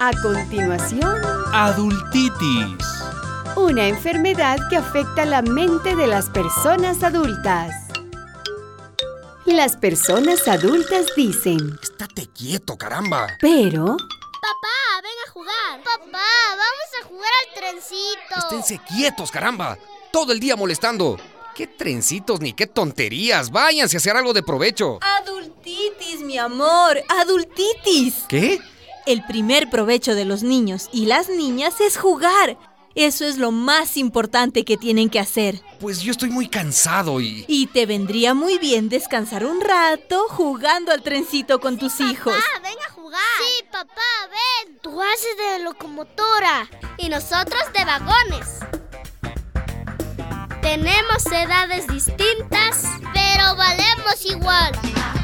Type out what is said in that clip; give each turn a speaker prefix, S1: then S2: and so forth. S1: A continuación,
S2: Adultitis.
S1: una enfermedad que afecta la mente de las personas adultas. Las personas adultas dicen,
S3: Estate quieto, caramba.
S1: pero
S4: Papá, ven a jugar. Papá, vamos a jugar al trencito.
S3: Esténse quietos, caramba. Todo el día molestando. ¿Qué trencitos ni qué tonterías? Váyanse a hacer algo de provecho.
S5: Adultitis, mi amor, adultitis.
S3: ¿Qué?
S5: El primer provecho de los niños y las niñas es jugar. Eso es lo más importante que tienen que hacer.
S3: Pues yo estoy muy cansado y...
S5: Y te vendría muy bien descansar un rato jugando al trencito con tus hijos.
S4: Papá, ven a jugar. Sí, papá, ven. Tú haces de locomotora y nosotros de vagones. Tenemos edades distintas, pero valemos igual.